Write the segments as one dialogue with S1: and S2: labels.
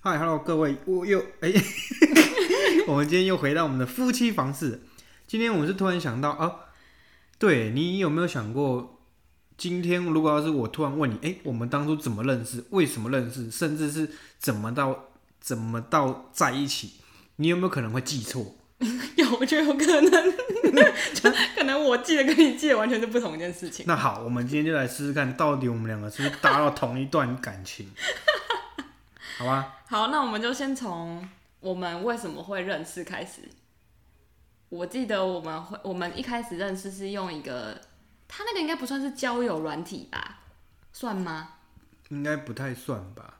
S1: 嗨，Hello，各位，我又哎， 我们今天又回到我们的夫妻房事。今天我是突然想到哦，对你有没有想过，今天如果要是我突然问你，哎，我们当初怎么认识，为什么认识，甚至是怎么到怎么到在一起，你有没有可能会记错？
S2: 有，我觉得有可能， 就可能我记得跟你记得完全是不同一件事情。
S1: 那好，我们今天就来试试看，到底我们两个是不是搭到同一段感情， 好吧？
S2: 好，那我们就先从我们为什么会认识开始。我记得我们会，我们一开始认识是用一个，他那个应该不算是交友软体吧，算吗？
S1: 应该不太算吧？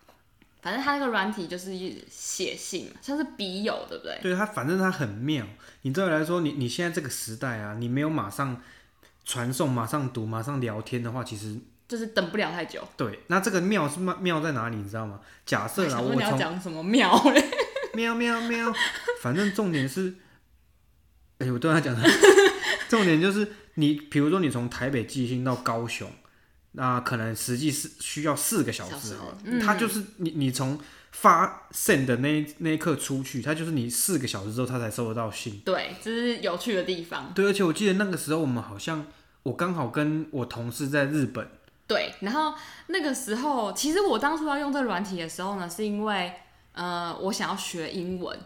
S2: 反正他那个软体就是写信嘛，像是笔友，对不对？
S1: 对他，反正他很妙。你对我来说，你你现在这个时代啊，你没有马上传送、马上读、马上聊天的话，其实
S2: 就是等不了太久。
S1: 对。那这个妙是妙妙在哪里，你知道吗？假设啦，
S2: 想
S1: 我
S2: 说 你要
S1: 从
S2: 哎讲什么妙嘞？
S1: 喵喵喵，反正重点 是，哎、我对他讲的，重点就是你，比如说你从台北寄信到高雄，那可能实际是需要四个小时好了
S2: 小时。嗯
S1: 他就是你，你从发 send 的那一那一刻出去，他就是你四个小时之后，他才收得到信。
S2: 对，这是有趣的地方。
S1: 对，而且我记得那个时候我们好像，我刚好跟我同事在日本，
S2: 对，然后那个时候，其实我当初要用这个软体的时候呢，是因为呃，我想要学英文，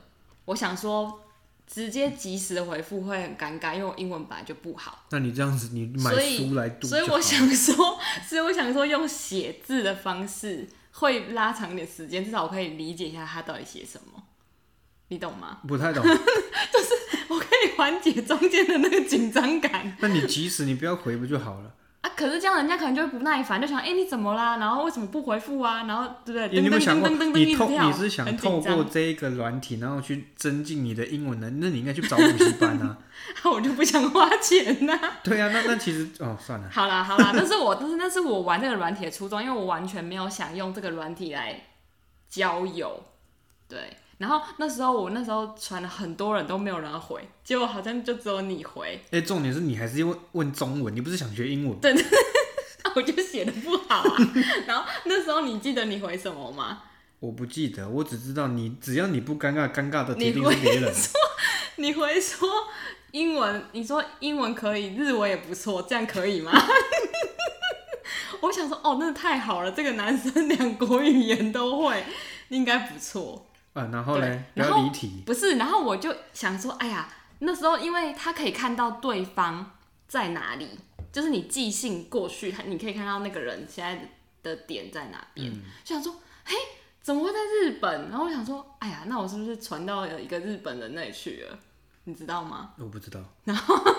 S2: 我想说直接及时的回复会很尴尬，因为我英文本来就不好，
S1: 那你这样子，你买
S2: 所以
S1: 书来读就
S2: 所
S1: 好，
S2: 以我想说， 所以我想说用写字的方式会拉长一点时间，至少我可以理解一下他到底写什么，你懂吗？
S1: 不太懂。
S2: 我可以缓解中间的那个紧张感。
S1: 那你即使你不要回不就好了？
S2: 啊，可是这样人家可能就会不耐烦，就想，哎、你怎么啦？然后为什么不回复啊？然后对不对？
S1: 你有没有想过，
S2: 噔噔噔噔噔
S1: 你
S2: 一直
S1: 透
S2: 跳
S1: 你是想
S2: 很
S1: 透
S2: 紧张
S1: 过这一个软体，然后去增进你的英文能力？那你应该去找补习班啊。
S2: 我就不想花钱呐、
S1: 对啊，那那其实哦算了，
S2: 好啦好啦，但是我但 是那是我玩这个软体的初衷，因为我完全没有想用这个软体来交友。对，然后那时候我那时候传了很多人都没有人回，结果好像就只有你回，
S1: 哎、重点是你还是问问中文，你不是想学英文？
S2: 啊、我就写的不好啊。然后那时候你记得你回什么吗？
S1: 我不记得，我只知道你只要你不尴尬，尴尬的
S2: 你
S1: 铁定是别人。
S2: 你回说英文，你说英文可以，日文也不错，这样可以吗？ 我想说，哦，那太好了，这个男生两国语言都会，应该不错。
S1: 啊，然后嘞，不
S2: 对然
S1: 要
S2: 后
S1: 离题。
S2: 不是，然后我就想说，哎呀，那时候因为他可以看到对方在哪里，就是你寄信过去，他你可以看到那个人现在的点在哪边，就想说，嘿，怎么会在日本？然后我想说，哎呀，那我是不是传到一个日本人那里去了？你知道吗？
S1: 我不知道。然后，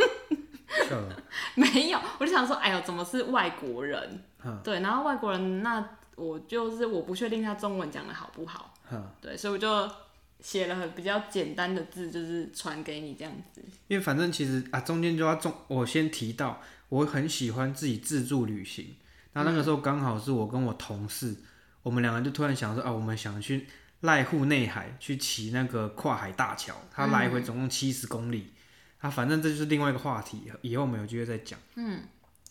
S1: 笑了，
S2: 没有，我就想说，哎呦，怎么是外国人？
S1: 哈
S2: 对，然后外国人，那我就是我不确定他中文讲的好不好，
S1: 哈，
S2: 对，所以我就写了很比较简单的字，就是传给你这样子。
S1: 因为反正其实啊，中间就要中，我先提到，我很喜欢自己自助旅行。那那个时候刚好是我跟我同事，我们两个就突然想说啊，我们想去濑户内海去骑那个跨海大桥，它来
S2: 嗯
S1: 回总共七十公里。啊，反正这就是另外一个话题，以后我们有机会再讲。嗯，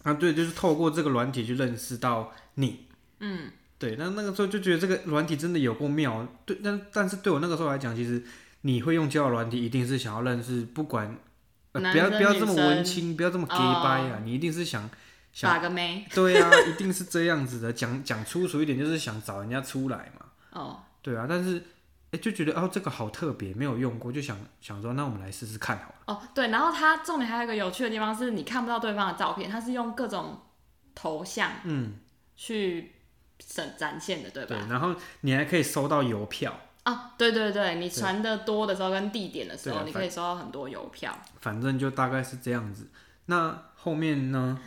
S1: 啊，对，就是透过这个软体去认识到你。嗯，对，那那个时候就觉得这个软体真的有够妙。对，但但是对我那个时候来讲，其实你会用交友软体，一定是想要认识，不管、呃、
S2: 男
S1: 不要
S2: 生
S1: 不要这么
S2: 女生
S1: 文青，不要这么 gay
S2: 哦
S1: 掰啊，你一定是想想
S2: 打个妹
S1: 对啊，一定是这样子的。 讲讲粗俗一点，就是想找人家出来嘛。
S2: 哦，
S1: 对啊，但是哎、诶就觉得哦，这个好特别，没有用过，就想想说，那我们来试试看好了。
S2: 哦，对，然后他重点还有一个有趣的地方是，你看不到对方的照片，他是用各种头像
S1: 嗯，
S2: 去展展现的，对吧
S1: 对，？然后你还可以收到邮票，
S2: 啊，对对对，你传的多的时候跟地点的时
S1: 对
S2: 候，
S1: 啊
S2: 你可以收到很多邮票。
S1: 反正就大概是这样子。那后面 呢？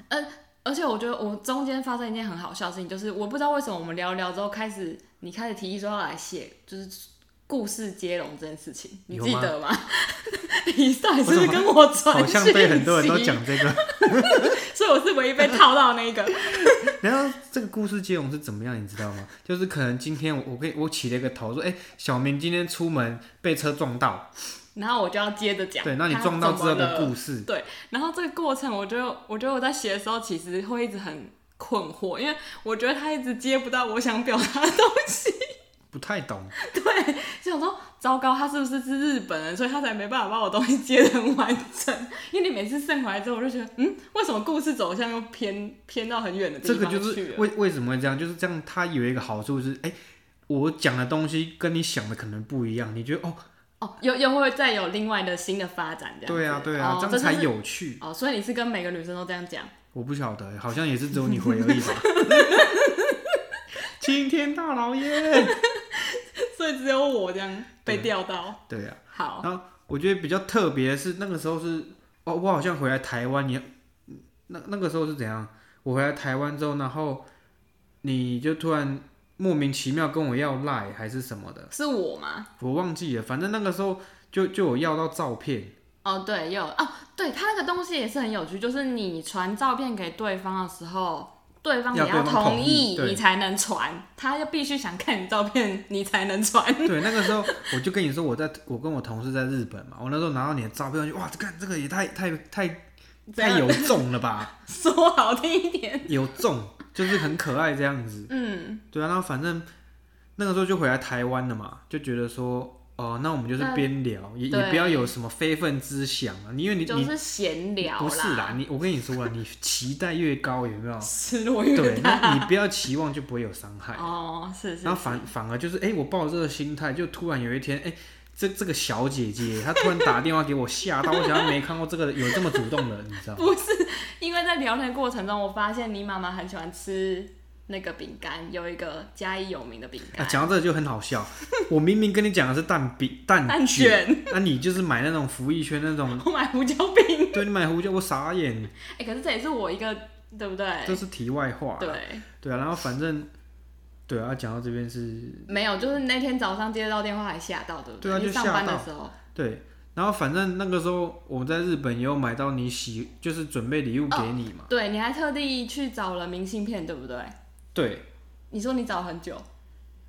S2: 而且我觉得我中间发生一件很好笑的事情，就是我不知道为什么我们聊一聊之后开始，你开始提议说要来写就是故事接龙这件事情，你
S1: 有
S2: 记
S1: 吗
S2: 得吗？ 你到底是不是跟我
S1: 好
S2: 传讯
S1: 像
S2: 息？
S1: 被很多人都，讲这个。
S2: 所以我 是唯一被套到那一个。
S1: 然后这个故事接龙是怎么样，你知道吗？就是可能今天我我给我起了一个头，说，哎、小明今天出门被车撞到，
S2: 然后我就要接着讲，
S1: 对，那你撞到之后的
S2: 事。
S1: 故事，
S2: 然后这个过程，我觉得，我觉得我在写的时候其实会一直很困惑，因为我觉得他一直接不到我想表达的东西。
S1: 不太懂，
S2: 想说糟糕，他是不是是日本人，所以他才没办法把我东西接的很完整。因为你每次送回来之后，我就觉得，嗯，为什么故事走向又偏偏到很远的地
S1: 这
S2: 方去
S1: 个
S2: 了？
S1: 就是为为什么会这样，就是这样。它有一个好处是，哎、我讲的东西跟你想的可能不一样，你觉得哦，
S2: 哦，又又会再有另外的新的发展，这样子
S1: 对啊，对啊，
S2: 哦、
S1: 这样才
S2: 这就是
S1: 有趣。
S2: 哦，所以你是跟每个女生都这 样讲，
S1: 我不晓得，好像也是只有你回 而已吧。青天大老爷，
S2: 所以只有我这样被钓到。
S1: 对啊。
S2: 好，
S1: 然后我觉得比较特别的是那个时候是，哦，我好像回来台湾，你那那个时候是怎样？我回来台湾之后，然后你就突然莫名其妙跟我要赖还是什么的，
S2: 是我吗？
S1: 我忘记了。反正那个时候就就有要到照 片，
S2: 哦，对，有哦，对他那个东西也是很有趣，就是你传照片给对方的时候，对方
S1: 要
S2: 也
S1: 对
S2: 要
S1: 方
S2: 同
S1: 同意对
S2: 你才能传，他就必须想看你照片，你才能传。
S1: 对，那个时候我就跟你说，我在我跟我同事在日本嘛，我那时候拿到你的照片，我就哇，这看这个也太太太
S2: 怎样
S1: 太有种了 吧，
S2: 说好听一 点，
S1: 有种就是很可爱这样子。
S2: 嗯，
S1: 对啊，然后反正那个时候就回来台湾了嘛，就觉得说哦、那我们就是
S2: 那
S1: 边聊，也也
S2: 嗯对
S1: 不要有什么非分之想啊，你因为你
S2: 就
S1: 你
S2: 是闲聊？
S1: 不是啦，，你我跟你说啦，你期待越高有没有
S2: 失落
S1: 对
S2: 越，大。
S1: 那你不要期望就不会有伤害。
S2: 哦，是是
S1: 然后反反而就是，哎、我抱着这个心态，就突然有一天，哎、这这个小姐姐她突然打电话给我，吓到我，想她没看过这个有这么主动的人，你知道 吗？
S2: 不是，因为在聊天的过程中，我发现你妈妈很喜欢吃那个饼干，有一个嘉义有名的饼
S1: 啊，
S2: 干，
S1: 讲到这个就很好笑。我明明跟你讲的是蛋饼、蛋
S2: 蛋
S1: 卷，
S2: 卷，
S1: 那、你就是买那种福利圈那种，
S2: 我买胡椒饼。
S1: 对你买胡椒，我傻眼。
S2: 哎、可是这也是我一个，对不对？
S1: 这是题外话。
S2: 哎对，
S1: 对啊，然后反正，对啊，讲到这边是，
S2: 没有，就是那天早上接到电话还吓到，对不
S1: 对啊
S2: 你
S1: 就
S2: 上
S1: 吓
S2: 班的
S1: 到
S2: 时候，
S1: 对，然后反正那个时候我们在日本也有买到你喜，就是准备礼物给你嘛。
S2: 对，你还特地去找了明信片，对不对？
S1: 对，
S2: 你说你找很久，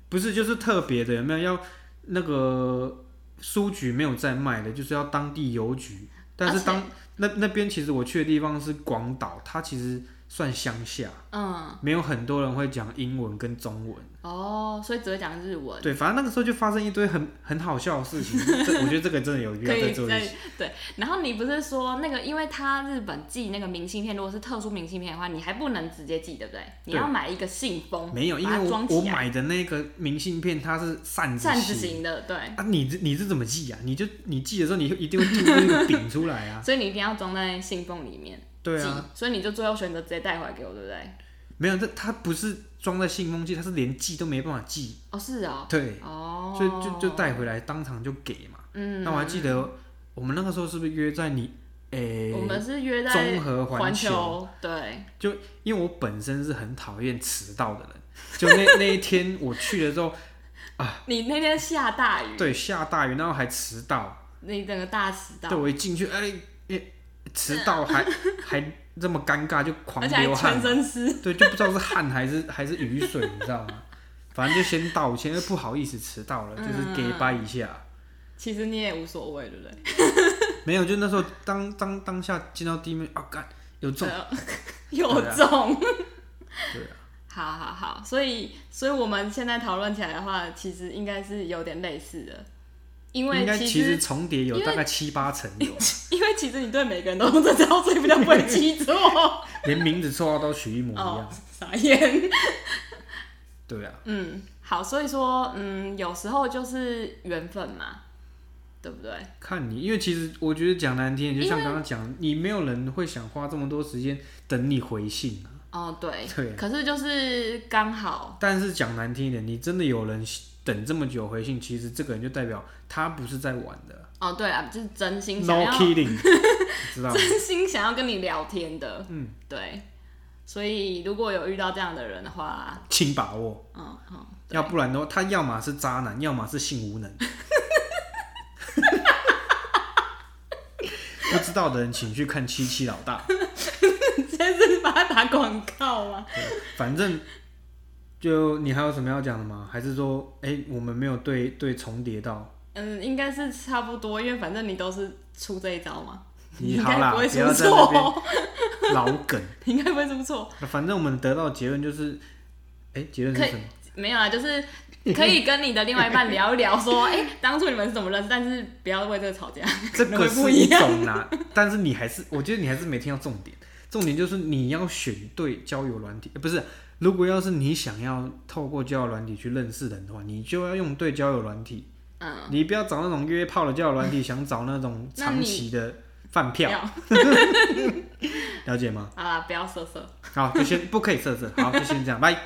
S1: 不是，就是特别的，有没有要那个书局没有在卖的，就是要当地邮局。但
S2: 而
S1: 是
S2: 且
S1: 当那那边其实我去的地方是广岛，它其实算乡下，
S2: 嗯，
S1: 没有很多人会讲英文跟中文。
S2: 哦，所以只会讲日文，
S1: 对，反正那个时候就发生一堆很很好笑的事 情。这我觉得这个真的有必
S2: 可
S1: 要再
S2: 以
S1: 做一
S2: 再
S1: 期。
S2: 对。然后你不是说那个，因为他日本寄那个明信片，如果是特殊明信片的话，你还不能直接寄，对不对？你要买一个信封，
S1: 没有，因
S2: 把
S1: 为
S2: 它
S1: 我
S2: 装
S1: 我
S2: 起来，
S1: 买的那个明信片它是扇子
S2: 扇子
S1: 形
S2: 型的，对。
S1: 啊，你这你是怎么寄啊？你就你寄的时候，你一定会吐出一个饼出来啊。
S2: 所以你一定要装在信封里面
S1: 对啊，
S2: 寄，所以你就最后选择直接带回来给我，对不对？
S1: 没有，这它不是装在信封寄，它是连寄都没办法寄。
S2: 哦，是哦，
S1: 对，
S2: 哦，
S1: 所以就就带回来，当场就给嘛。
S2: 嗯，
S1: 那我还记得我们那个时候是不是约在你，诶、
S2: 我们是约在
S1: 综合环
S2: 环
S1: 球
S2: 球，对，
S1: 就因为我本身是很讨厌迟到的人，就那 那一天我去了之后，啊
S2: 你那天下大雨，
S1: 对，下大雨，然后还迟到，
S2: 你整个大迟到
S1: 对，我一进去，哎、哎迟到 还还这么尴尬，就狂
S2: 而且还
S1: 流汗啊
S2: 全，身湿，
S1: 对，就不知道是汗还是还是雨水，你知道吗？反正就先道歉，因为不好意思迟到了，就是
S2: 嗯
S1: g 拜一下。
S2: 其实你也无所谓，对不对？
S1: 没有，就那时候当当当下见到地面，啊，干有这种，
S2: 有
S1: 对啊
S2: 种，
S1: 对啊，
S2: 好好好，所以所以我们现在讨论起来的话，其实应该是有点类似的，因
S1: 啊应
S2: 为
S1: 该
S2: 其
S1: 其
S2: 实
S1: 实重叠有大概七八成有，
S2: 因为其实你对每个人都这招，所以比较不会记 错。
S1: 连名字绰号都取一模一
S2: 哦
S1: 样，，
S2: 傻眼。
S1: 对啊，
S2: 嗯，好，所以说嗯，有时候就是缘分嘛，对不对？
S1: 看你，因为其实我觉得讲难听点，就像
S2: 因为
S1: 刚刚讲，你没有人会想花这么多时间等你回信啊，
S2: 哦，对，
S1: 对啊
S2: 可是就是刚好
S1: 但是讲难听一点，你真的有人等这么久回信，其实这个人就代表他不是在玩的
S2: 哦，对啊，就是真心想
S1: ，no 啊
S2: 要
S1: kidding，你 知道吗？
S2: 真心想要跟你聊天的，嗯，对。所以如果有遇到这样的人的话，
S1: 请把握，
S2: 嗯嗯，对
S1: 要不然的话，他要么是渣男，要么是性无能。 不知道的人请去看七七老大，
S2: 这是把他打广告吗？
S1: 反正就你还有什么要讲的吗？还是说，哎、我们没有对对重叠到？
S2: 嗯，应该是差不多，因为反正你都是出这一招嘛，你
S1: 你
S2: 应
S1: 好
S2: 该
S1: 啦，
S2: 不
S1: 不
S2: 会
S1: 要
S2: 出
S1: 在那边
S2: 错，
S1: 老梗。
S2: 你应该不会出错。
S1: 反正我们得到的结论就是，哎、结论是
S2: 可以
S1: 什么？
S2: 没有啊，就是可以跟你的另外一半聊一聊，说，哎、 当初你们是怎么认识？但是不要为这个吵架。
S1: 这个
S2: 能会不
S1: 是
S2: 一
S1: 一
S2: 样
S1: 种啦， 但是你还是，我觉得你还是没听到重点。重点就是你要选对交友软体，呃不是？如果要是你想要透过交友软体去认识人的话，你就要用对交友软体。
S2: 嗯，
S1: 你不要找那种约炮的交友软体，想找那种
S2: 那
S1: 长
S2: 你
S1: 期的饭
S2: 不
S1: 票，
S2: 要
S1: 了解吗？
S2: 啊，不要色色。
S1: 好，就先不可以设置，好，就先这样，拜。